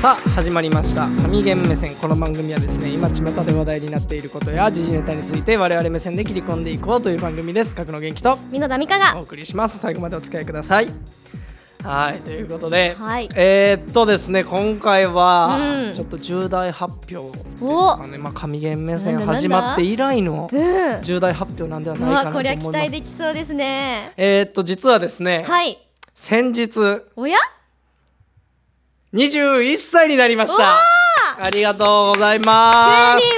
さあ始まりました「神ゲン目線」この番組はですね今巷で話題になっていることや時事ネタについて我々目線で切り込んでいこうという番組です角野元気と美濃田美香おが送りします最後までお付き合いくださいはいということで、はいえーっとですね今回はうんちょっと重大発表ですかね、まあ神ゲン目線始まって以来のうん重大発表なんではうないわかなとこ思りゃい期ま待すできそうですねえーっと実はですね、はい先日おや21歳になりましたありがとうございケますリ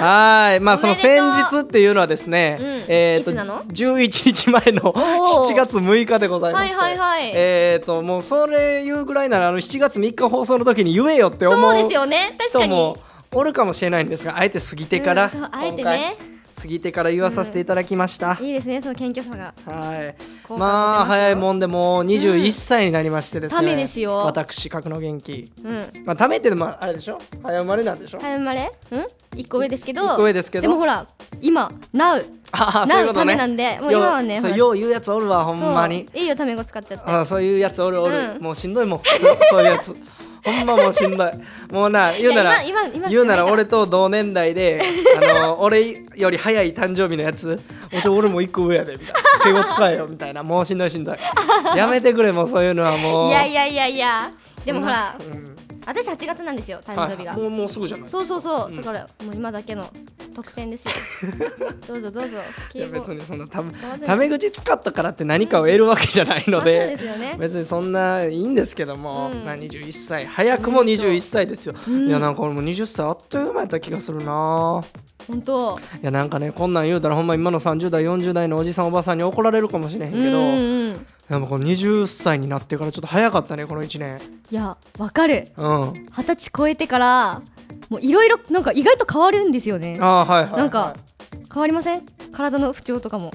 ーははい、まあ、おそめのでとう先日っていうのはですね、うんえーといつなの11日前のおー7月6日でございまして、はいはいはいえーともうそれ言うぐらいならあの7月3日放送の時に言えよって思そううですよね確か人にもおるかもしれないんですがあえて過ぎてから、うんそうあえてね今回過ぎてから言わさせていただきました、いいですねその謙虚さがはい効果が出てますよまあ早いもんでもう21歳になりましてですね、ためですよ私格の元気うんまあためってのもあれでしょ早生まれなんでしょ、早生まれうん一個上ですけど一個上ですけどでもほら今 Now ああそういうこと Now たねめなんでもう今はねようそほうらよう言うやつおるわほんそうまにいいよタメ語使っちゃってあそういうやつおるおる、うんもうしんどいもんそうそういうやつほんまもうしんどいもうな言うならいや今今今言うならしかい俺と同年代であ の俺より早い誕生日のやつおちょ俺も一個上やでみたいな敬語使えよみたいなもうしんどいしんどい やめてくれもうそういうのはもういやいやいやいやでもほらうん私8月なんですよ誕生日がはいもうもうすぐじゃないそうそうそう、うんだからもう今だけの特典 ですよどうぞどうぞいや敬語別にそんなため使わずにタメ口使ったからって何かを得るわけじゃないのまあそうでですよね別にそんないいんですけども、うんまあ21歳早くも21歳ですよ、いやなんか俺も20歳あっという間やった気がするな本当いやなんかねこんなん言うたらほんま今の30代40代のおじさんおばさんに怒られるかもしれへんけど、うんうんうんやっぱこの20歳になってからちょっと早かったねこの1年いやわかるうんあ二十歳超えてからもういろいろなんか意外と変わるんですよねあはいはい、はい、なんか変わりません体の不調とかも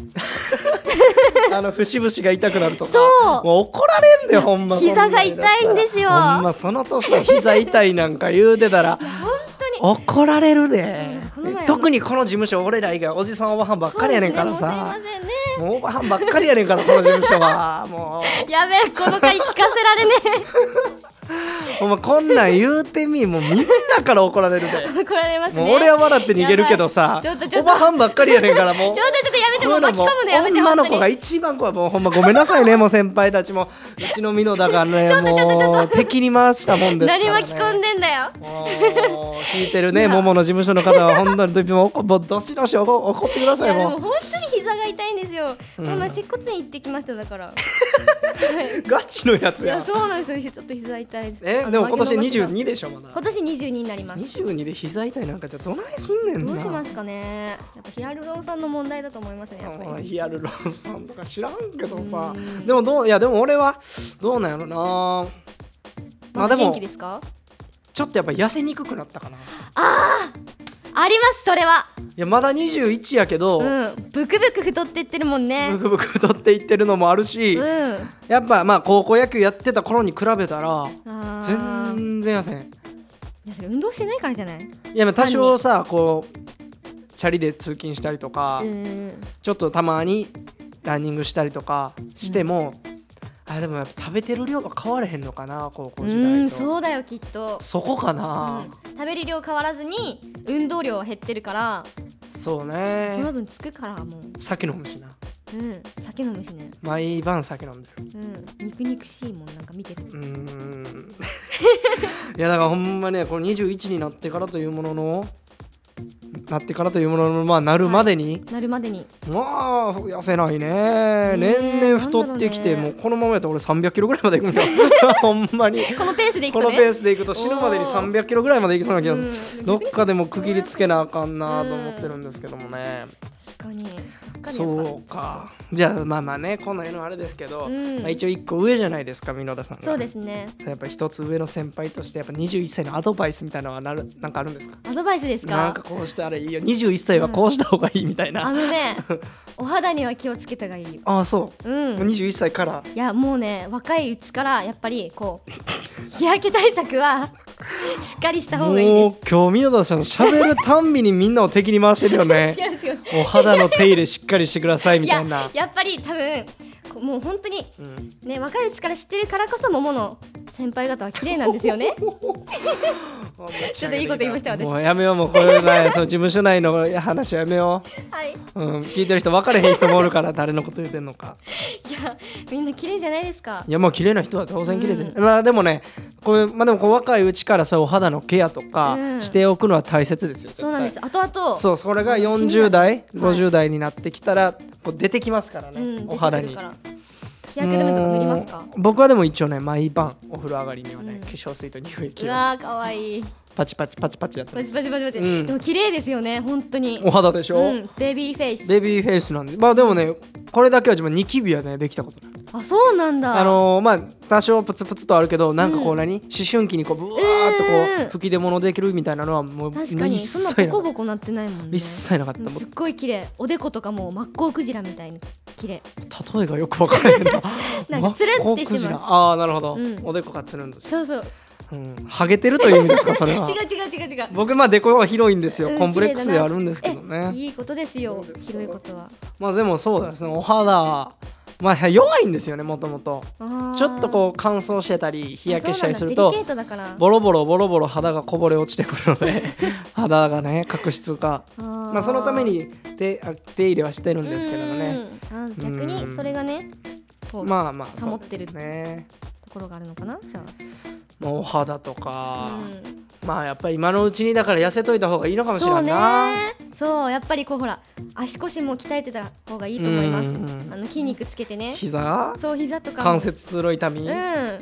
あの節々が痛くなるとかそうもう怒られんでほんま膝が痛いんですよこなのやったらほんまその年で膝痛いなんか言うてたら本当に怒られるでそうこの前も特にこの事務所俺ら以外おじさんおばはんばっかりやねんからそさうですねもうもすいまうおばはんばっかりやねんからこの事務所 はもせんねやべえこの回聞かせられねうお前こんなん言うてみもうみんなから怒られるでえ 怒られますねもう俺は笑って逃げるけどさやばいちょっとちょおっとばはんばっかりやねんからもう ちょっとちょっとやめてこういうものう巻き込むのやめて女の本当子にが一番怖いもうほ んまごめんなさいねもう先輩たちもうちの美濃だからねもう敵に回したもんですから、ね、何巻き込んでんだよもう聞いて るね、ももの事務所の方は本当にもうもうどしどし怒怒ってくだいさやいでもも本当に膝が痛いんですよ。うんこの前接骨院行ってきましただから。うガチのやついややそうなんですよ。ちょっと膝痛いです。えあのでも今年負け伸ばしが22でしょまだ今年22になります。 22で膝痛いなんかじゃどないすんねんなどうしますかね。やっぱヒアルロン酸の問題だと思いますね。やっぱり。ヒアルロン酸とか知らんけどさうんでもどういやでも俺はどうなんやろなままあだでも元気ですか？ちょっとやっぱ痩せにくくなったかないありますそれは。やまだ21やけど、うん。ブクブク太ってってるもんねブ。クブク太っていってるのもあるし、うん。やっぱまあ高校野球やってた頃に比べたらああ。全然痩せんいいやそれ運動してないからじゃない？やまあ多少さこうチャリで通勤したりとか、うん。ちょっとたまにランニングしたりとかしても、あでもやっぱ食べてる量が変われへんのかな高校う時代んとそうだよきっと。そこかうな、ん。食べる量変わらずに運動量は減ってるから。そうそのね分つくからもう、酒飲むしなうん、酒飲むしね、毎晩酒飲んでるうん、肉肉しいもんなんか見ててうーん いやだからほんまねこの21になってからというもののなってからというもののまあなるまでに、なるまでにまあ痩せないねえ年々太ってきて、なんだろうねもうこのままやったら俺3 0 0キロぐらいまでいくんだよ ほんまにこのペースでいくことのねペースでいくと死ぬまでにお3ー0 0キロぐらいまでいきそうな気がする、うんどっかでも区切りつけなあかんなと思ってるんですけどもね、確かにそうかじゃあまあまあねこんなのあれですけど、うんまあ、一応1個上じゃないですか箕田さんがそうですねやっぱ一つ上の先輩としてやっぱ21歳のアドバイスみたいなのはなるなんかあるんですかアドバイスですなんかかこうしたらいいよ21歳はこうした方がいいみたいな、あ のねお肌には気をつけたがいいよああそうう、んもう21歳からいやもうね若いうちからやっぱりこう日焼け対策はしっかりした方がいいもうで今日箕田さん喋るたんびにみんなを敵に回してるよねす 違う違うお肌の手入れしっかりしてくださいみいたいやなやっぱり多分こうもう本当にうんね若いうちから知ってるからこそ桃の先輩方は綺麗なんですよねちょっといいこと言いました私もうやめようもうこれねその事務所内の話やめよ、はいいううん、聞いてる人分かれへん人もおるから誰のこと言うてんのかやみんな綺麗じゃないですかいやまあ綺麗な人は当然綺麗で、まあでもねこういうまあでもこう若いうちからそういうお肌のケアとかうんしておくのは大切ですよ、絶対そうなんです後々そうそれが染みがね40代はい50代になってきたらこう出てきますからうね、ん、お肌に出てくるから日焼け止めとか塗りますかもう僕はでも一応ね毎晩お風呂上がりにはね、うん化粧水と乳液うをわーかわいいパチパチパチパチやってパるチパチパチパチ、うんでも綺麗ですよね本当にお肌でしょ、うん、ベビーフェイスベビーフェイスなんでまあでもねこれだけは自分ニキビはねできたことないあそうなんだあのーまあ多少プツプツとあるけどなんかこううん何、思春期にこうブワーっとうんうこんう吹き出物できるみたいなのはもう確かに一そんな切なかボコったボコなってないもんね一切なかったもうもすっごい綺麗おでことかもうマッコウクジラみたいに綺麗う例えがよく分からへんな なんかつるんってしてマッコウクますジラああなるほど、うんおでこがつるんとしてそうそううんハゲてるという意味ですかそれは 違う違う違う違う僕まあデコは広いんですよ、うんコンプレックスではあるんですけどえねいいことですよそうです広いことはまあでもそうですねお肌まあ弱いんですよねもともとちちょっとこう乾燥してたり日焼けしたりするとデリケートだからボロボロボロボロ肌がこぼれ落ちてくるの で肌がね角質がままあそのために手あ手入れはしてるんですけどね逆にそれがねこうとまあまあ保ってるそうですね、ころがあるのかなじゃまあ、お肌とあかう、んまあやっぱり今のうちにだから痩せといた方がいいのかもしれなそういねなそうやっぱりこうほら足腰も鍛えてた方がいいと思いますうんうんうんあの筋肉つけてね膝そう膝とかも関節痛の痛み、うん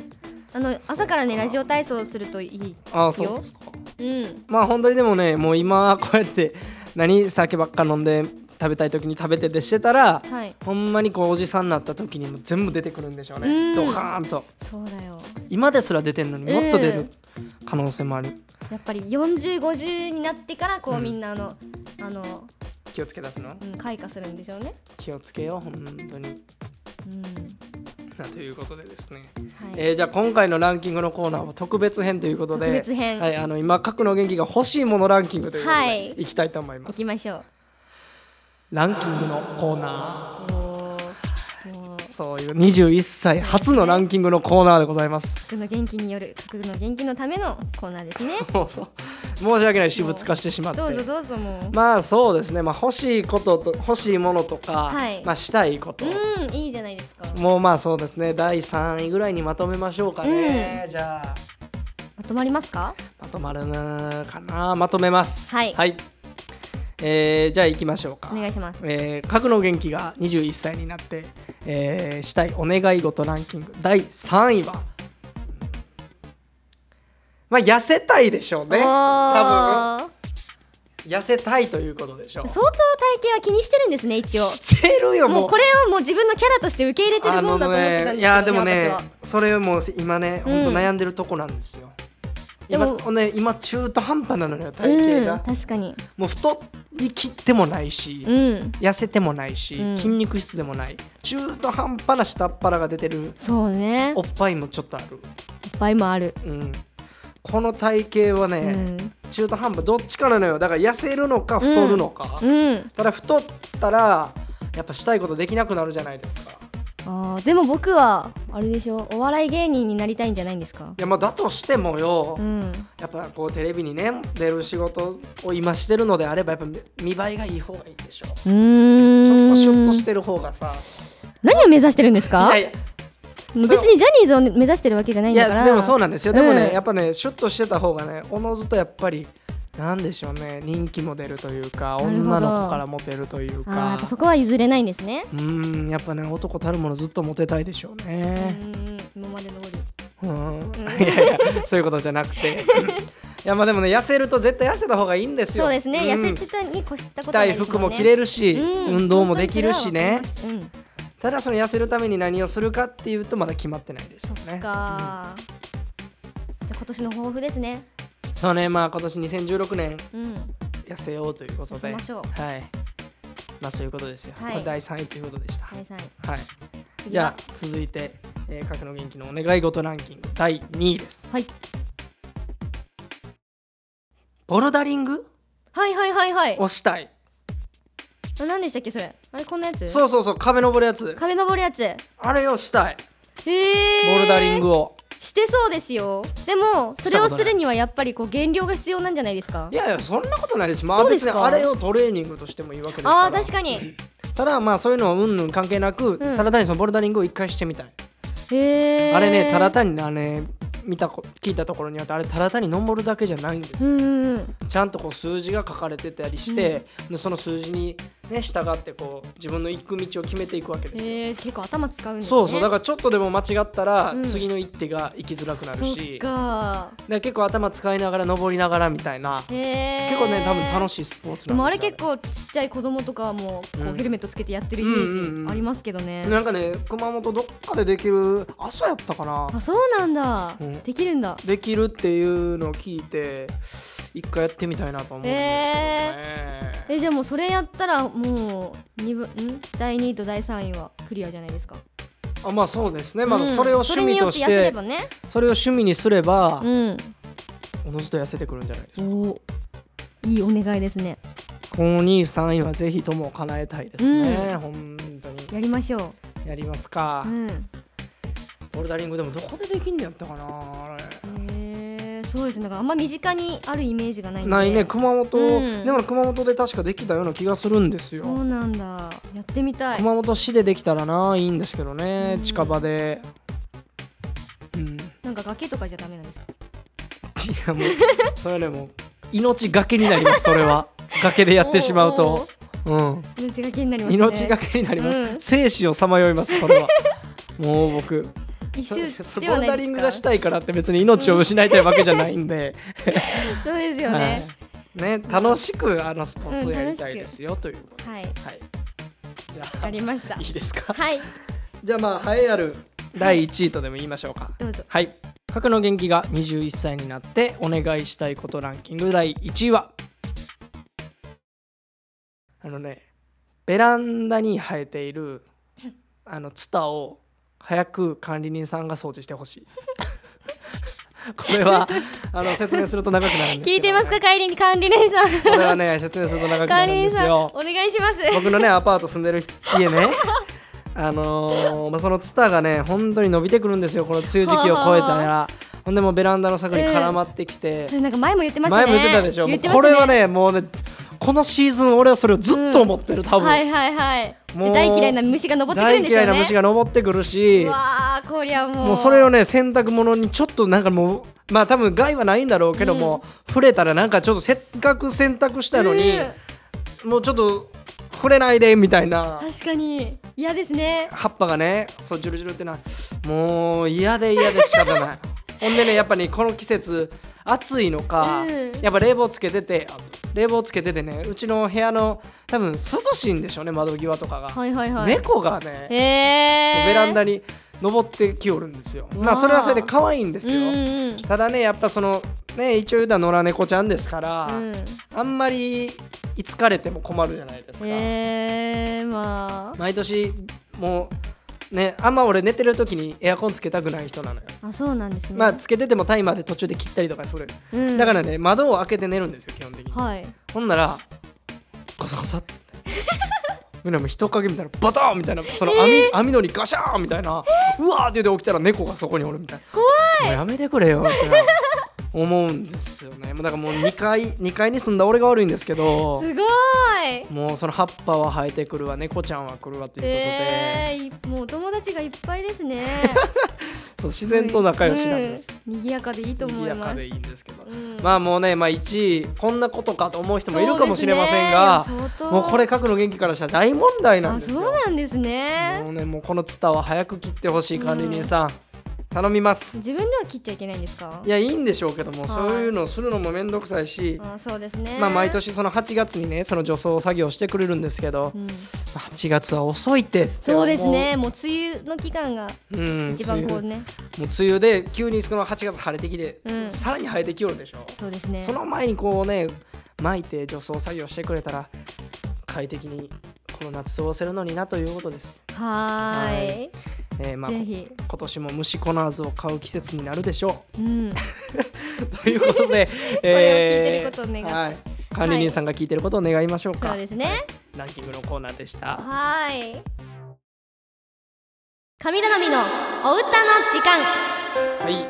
あの朝からねラジオ体操するといいああそうですかうんまあ本当にでもねもう今こうやって何酒ばっか飲んで食べたい時に食べてでしてたらはいほんまにこうおじさんになった時にも全部出てくるんでしょううねんドカーンとそうだよ今ですら出てるのにもっと出る可能性もあるやっぱり4050になってからこううんみんなあの、あの、気をつけ出すのうん、開花するんでしょうね気をつけよう本当にうんなということでですね、はい、えーじゃあ今回のランキングのコーナーは特別編ということで特別編はい、あの今核の元気が欲しいものランキングということで、はいい、きたいと思いま行すきましょうランキングのコーナーおーもうそういう21歳初のランキングのコーナーでござい ます。僕の元気による僕の元気のためのコーナーですねそうそう申し訳ない私物化してしまってどうぞどうぞもう、まあそうですね、まあ、欲しいことと欲しいものとか、はいまあ、したいこと、うんいいじゃないですかもうまあそうですね第3位ぐらいにまとめましょうかね、じゃあまとまりますかまとまるなかなまとめますはいえーじゃあ行きましょうかお願いしますえー、核の元気が21歳になって、えーしたいお願い事ランキング第3位はまあ痩せたいでしょうおねー多分痩せたいということでしょう相当体型は気にしてるんですね一応してるよもうもうこれはもう自分のキャラとして受け入れてるもんだと思ってたんですけど、ね、いやでもね私はそれもう今ねうん本当悩んでるとこなんですよ、でも今ね今中途半端なのよ体う型が、ん、確かにもう太りきってもないし、うん痩せてもないし、うん筋肉質でもない中途半端な下っ腹が出てるそうねおおっぱいもちょっとある、っぱいもある、うん、この体型はうね、ん中途半端どっちかなのよだから痩せるのか太るのか、うんただ太ったらやっぱしたいことできなくなるじゃないですかあーでも僕はあれでしょお笑い芸人になりたいんじゃないんですかいやまあだとしてもよ、うんやっぱこうテレビにね出る仕事を今してるのであればやっぱ見見栄えがいい方がいいでしょうちょーっんとシュッとしてる方がさ何を目指してるんですいかやいや別にジャニーズを目指してるわけじゃないんいだからやでもそうなんですよでもね、うんやっぱねシュッとしてた方がねおのずとやっぱりなんでしょうね人気も出るというかなるほど女の子からモテるというあーやかっぱそこは譲れないんですねうーんやっぱね男たるものずっとモテたいでしょううねん今まで通りうんいやいやそういうことじゃなく ていやまあでもね痩せると絶対痩せた方がいいんですよそうですね、ん痩せてたに越した着ことなたいいですもん服ねも着れるし、うん運動もできるしね本当にそれはわかりますうんただその痩せるために何をするかっていうとまだ決まってないですよねか、じゃあ今年の抱負ですねうんそうねまあ今年2016年うん痩せようということ痩せで。ましょはい。まあそういうことですよ。はいこれ第3位ということでした。第3位はい。次じゃはあ続いて、えー、格の元気のお願い事ランキング第2位です。はいボルダリングはいはいはいはいをしたい。あ何でしたっけそれあれこんなやつそうそうそう壁登るやつ。壁登るやつへあれをしたい。えボルダリングを。してそうですよでもそれをしたことないするにはやっぱりこう減量が必要なんじゃないですかいやいやそんなことないですまあそうで別すにかあれをトレーニングとしてもいいわけですからああー確かにただまあそういうのはうんぬん関係なく、んただ単にそのボルダリングを一回してみたい、へえあれねただ単にあれ見たこ聞いたところによってあれただ単に登るだけじゃないんです、うんうんうんちゃんとこう数字が書かれてたりして、でその数字に、ね、従ってこう自分の行く道を決めていくわけですよ、へえ結構頭使うんですねそうそうだからちょっとでも間違ったら、うん次の一手が行きづらくなるそっしだかから結構頭使いながら登りながらみたいなへえ結構ね多分楽しいしいスポーツでなんですよもあれ結構ちっちゃい子供とかはもうこうんうヘルメットつけてやってるイメうんうんうーんジありますけどね、なんかね熊本どっかでできる朝やったかなあそうなんだ、うんできるんだできるっていうのを聞いて一回やってみたいなと思うんですけどね、えじゃあもうそれやったらもう二分ん第2位と第3位はクリアじゃないですか、あまあそうですね、まあ、うんそれを趣味としそれによてって痩せればねそれを趣味にすればうんおのずと痩せてくるんじゃないですかおいいお願いですねこの2位3位はぜひとも叶えたいですね、本当にやりましょやりますか、ううんボルダリングでもどこでできんのやったかなあれへえそうですねだからあんま身近にあるイメージがないんでないね熊本、うんでも熊本で確かできたような気がするんですよそうなんだやってみたい熊本市でできたらないいんですけどね、うん近場で。うん、いなんか崖とかじゃダメなんですかやも うそれはねもう命がけになりますそれは崖でやってしまうと、うん、おー命がけになりますね命がけになります、うん生死をさまよいますそ れはもう僕一そ周そでボはルなダいでリすングかがしたいからって別に命を失いたいわけじゃないんで、そうですよはいねね楽しくあのスポーツをやりたいうん楽しくですよ、ということではいはい、じゃわあかり ましたいいですかはいじゃあまあ栄えある第1位とでも言いましょうか。どうぞはい。角野元気が21歳になってお願いしたいことランキング第1位はあのねベランダに生えているあのツタを早く管理人さんが掃除してほしい。 これはあの説明すると長くなるんですけど、聞いてますか帰りに管理人さんこれはね説明すると長くな管る理んです人さんおよ。願いします僕のねアパート住んでる家ねあのーまあ、そのツタがね本当に伸びてくるんですよこの梅雨時期を越えたはあはらほんでもうベランダの柵に絡まってきて、それなんか前も言ってましたね前も言ってたでしょもう言ってまこしたれはねもうねこのシーズン俺はそれをずっと思ってる、多分、はいはいはいもうで大嫌いな虫が登ってくるんですよ大嫌ねいな虫が登ってくるしうわあこりゃもうもうそれをね洗濯物にちょっとなんかもうまあ多分害はないんだろうけども、触れたらなんかちょっとせっかく洗濯したのにう、んもうちょっと触れないでみたいな確かに嫌ですね葉っぱがねそうジュルジュルってなもう嫌で嫌で仕方 ないほんでねやっぱり、この季節暑いのか、うんやっぱ冷房つけててあ冷房つけててねうちの部屋の多分涼しいんでしょうね窓際とかが、はいはいはい猫がねへえベランダでに登ってきおるんですよわあまあそれはそれで可愛いんですよ、うんうんただねやっぱそのね一応言うたら野良猫ちゃんですから、うんあんまりいつかれても困るじゃないですか、へえま毎年もうねあんま俺寝てる時にエアコンつけたくない人なのよ、ああそうなんですねまあつけててもタイマーで途中で切ったりとかする、うんだからね窓を開けて寝るんですよ基本的に、はいほんならガサガサって みんなもう人影みたいなバターンみたいなその網,、網戸にガシャーンみたいな、うわーって言って起きたら猫がそこにおるみたいな怖もうやめてくれよみたいな思うんですよねもうだからもう2階2階に住んだ俺が悪いんですけどすごいもうその葉っぱは生えてくるわ猫ちゃんは来るわということで、えー、いもうお友達がいっぱいですねそう自然と仲良しなんです。うん賑やかでいいと思賑いやまかすでいいんですけど、うんまあもうね、まあ、1位こんなことかと思う人そうもいるかもしれませんが、ですね相当もうこれ書くの元気からしたら大問題なんあですよそうなんですねもうねもうこのツタは早く切ってほしい管理人さん、頼みます自分では切っちゃいけないんですかいやいいんでしょうけどもはいそういうのをするのも面倒くさいし、あそうですねまあ、毎、年その8月にねその除草作業してくれるんですけど、うん8月は遅いってって思そうですねもう梅雨の期間がうん、一番こ梅う雨ね、もう梅雨で急にその8月晴れてきて、うんさらに生えてきよるでしょそうですねその前にこうね巻いて除草作業してくれたら快適にこの夏過ごせるのになということです、はーいえーまあ、ぜひ今年も虫コナーズを買う季節になるでしょ うんう ということでれを聞いてることを願ってはい管理人さんが聞いてることを願いましょうか、そうですねランキングのコーナーでしたはーい神頼みのお歌の時間はい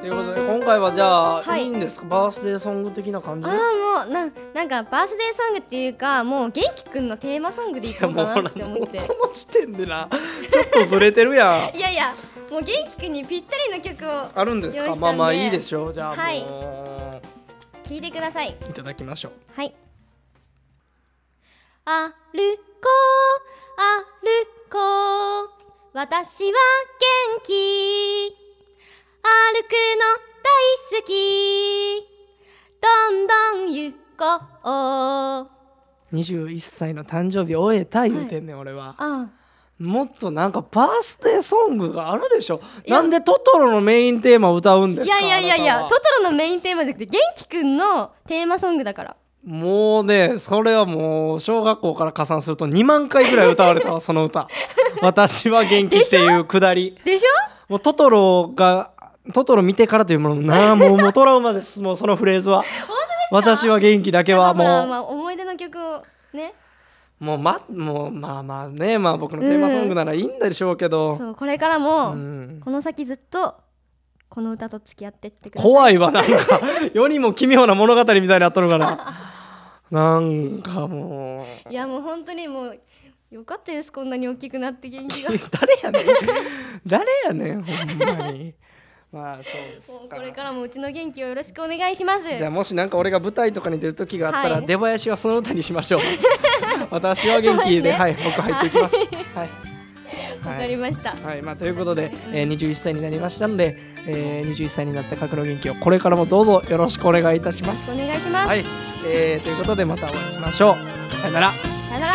ということで今回はじゃあ、、はいいいんですかバースデーソング的な感じああもうなんなんかバースデーソングっていうかもう元気くんのテーマソングでいこうかなって思っていや もうこの時点でなちょっとずれてるやんいやいやもう元気くんにぴったりの曲をあるんです 用意かしたんでまあまあいいでしょうじゃあもう、はいい聴いてくださいただきましょうはい。歩こう、歩こう、私は元気。歩くの大好き。どんどん行こう。 21歳の誕生日終えた言うてんねん、俺はあもっとなんかバースデーソングがあるでしょいやなんでトトロのメインテーマを歌うんでいすかやいやいやいあや、なトたトはロのメインテーマじゃなくて、元気くんのテーマソングだから。もうねそれはもう小学校から加算すると2万回ぐらい歌われたわその 歌私は元気っていうくだりでしょもうトトロがトトロ見てからというものもなあもうもうトラウマですもうそのフレーズは私は元気だけまあはまあまもあ、思い出の曲をね。うもうまもうまあまあねまあ僕のテーマソングならいいんでしょうけど、そう、これからも、うんこの先ずっと、この歌と付き合ってってください。怖いわなんか世にも奇妙な物語みたいになったのかななんかもういやもう本当にもうよかったですこんなに大きくなって元 気が 誰もやねん誰やねんほんまにまあそうですうこれからもうちの元気をよろしくお願いしますじゃあもしなんか俺が舞台とかに出る時があったら、はい出囃子はその歌にしま しょう私は元気でそうですねはい僕入っていき ますはいわはかりいました、はいまあ、ということで、えー、21歳になりましたので、えー、21歳になった格の元気をこれからもどうぞよろしくお願いいたしますお願いします、はい、えー、ということでまたお会いしましょう。さよなら。さよなら